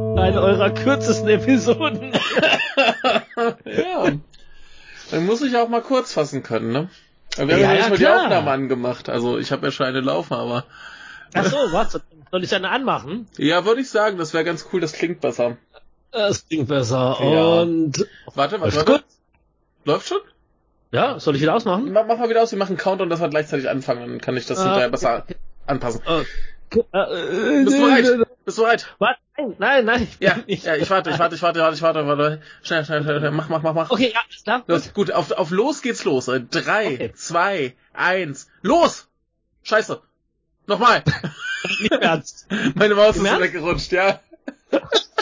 unserer kürzesten Episoden. ja. Dann muss ich auch mal kurz fassen können, ne? Aber wir Ja, ja, haben ja nicht mal die klar. Aufnahme angemacht. Also ich habe ja schon eine laufen, aber. Ach so, was? Soll ich eine anmachen? Ja, würde ich sagen, das wäre ganz cool, das klingt besser. Das klingt besser. Ja. Und Warte, warte, Läuft warte. gut. Läuft schon? ja, soll ich wieder ausmachen? Ma- Mach mal wieder aus, wir machen Countdown, dass wir gleichzeitig anfangen, dann kann ich das Ah, hinterher besser anpassen. Okay. Äh, Bist du äh, bereit? Bist du bereit? Was? Nein, nein, nein. ich Ja, bin nicht. ja, ich warte, ich warte, ich warte, warte, ich warte, warte. Schnell, schnell, schnell, schnell. mach, mach, mach, mach. Okay, ja, alles klar. Los, gut, auf, auf los geht's los. Äh, Drei, Okay. zwei, eins, los! Scheiße. Nochmal. Nicht ernst. Meine Maus ist Im Ernst? weggerutscht, ja.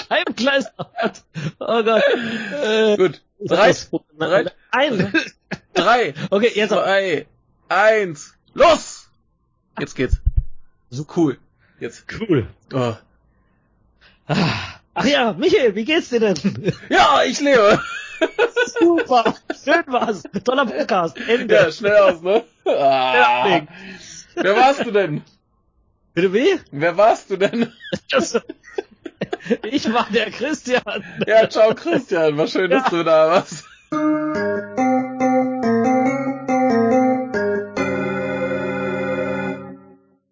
Kein kleines Oh Gott. Äh, Gut. Drei, drei, Ein. ne? drei, Okay, jetzt aber. zwei, eins, los! Jetzt geht's. So cool. Jetzt. Cool. Oh. Ach ja, Michael, wie geht's dir denn? Ja, ich lebe. Super. Schön war's. Toller Podcast. Ende. Ja, schnell aus, ne? Ja, Ah. Ding. Wer warst du denn? Bitte wie? Wer warst du denn? Das- Ich war der Christian. Ja, ciao Christian, war schön, dass du da warst.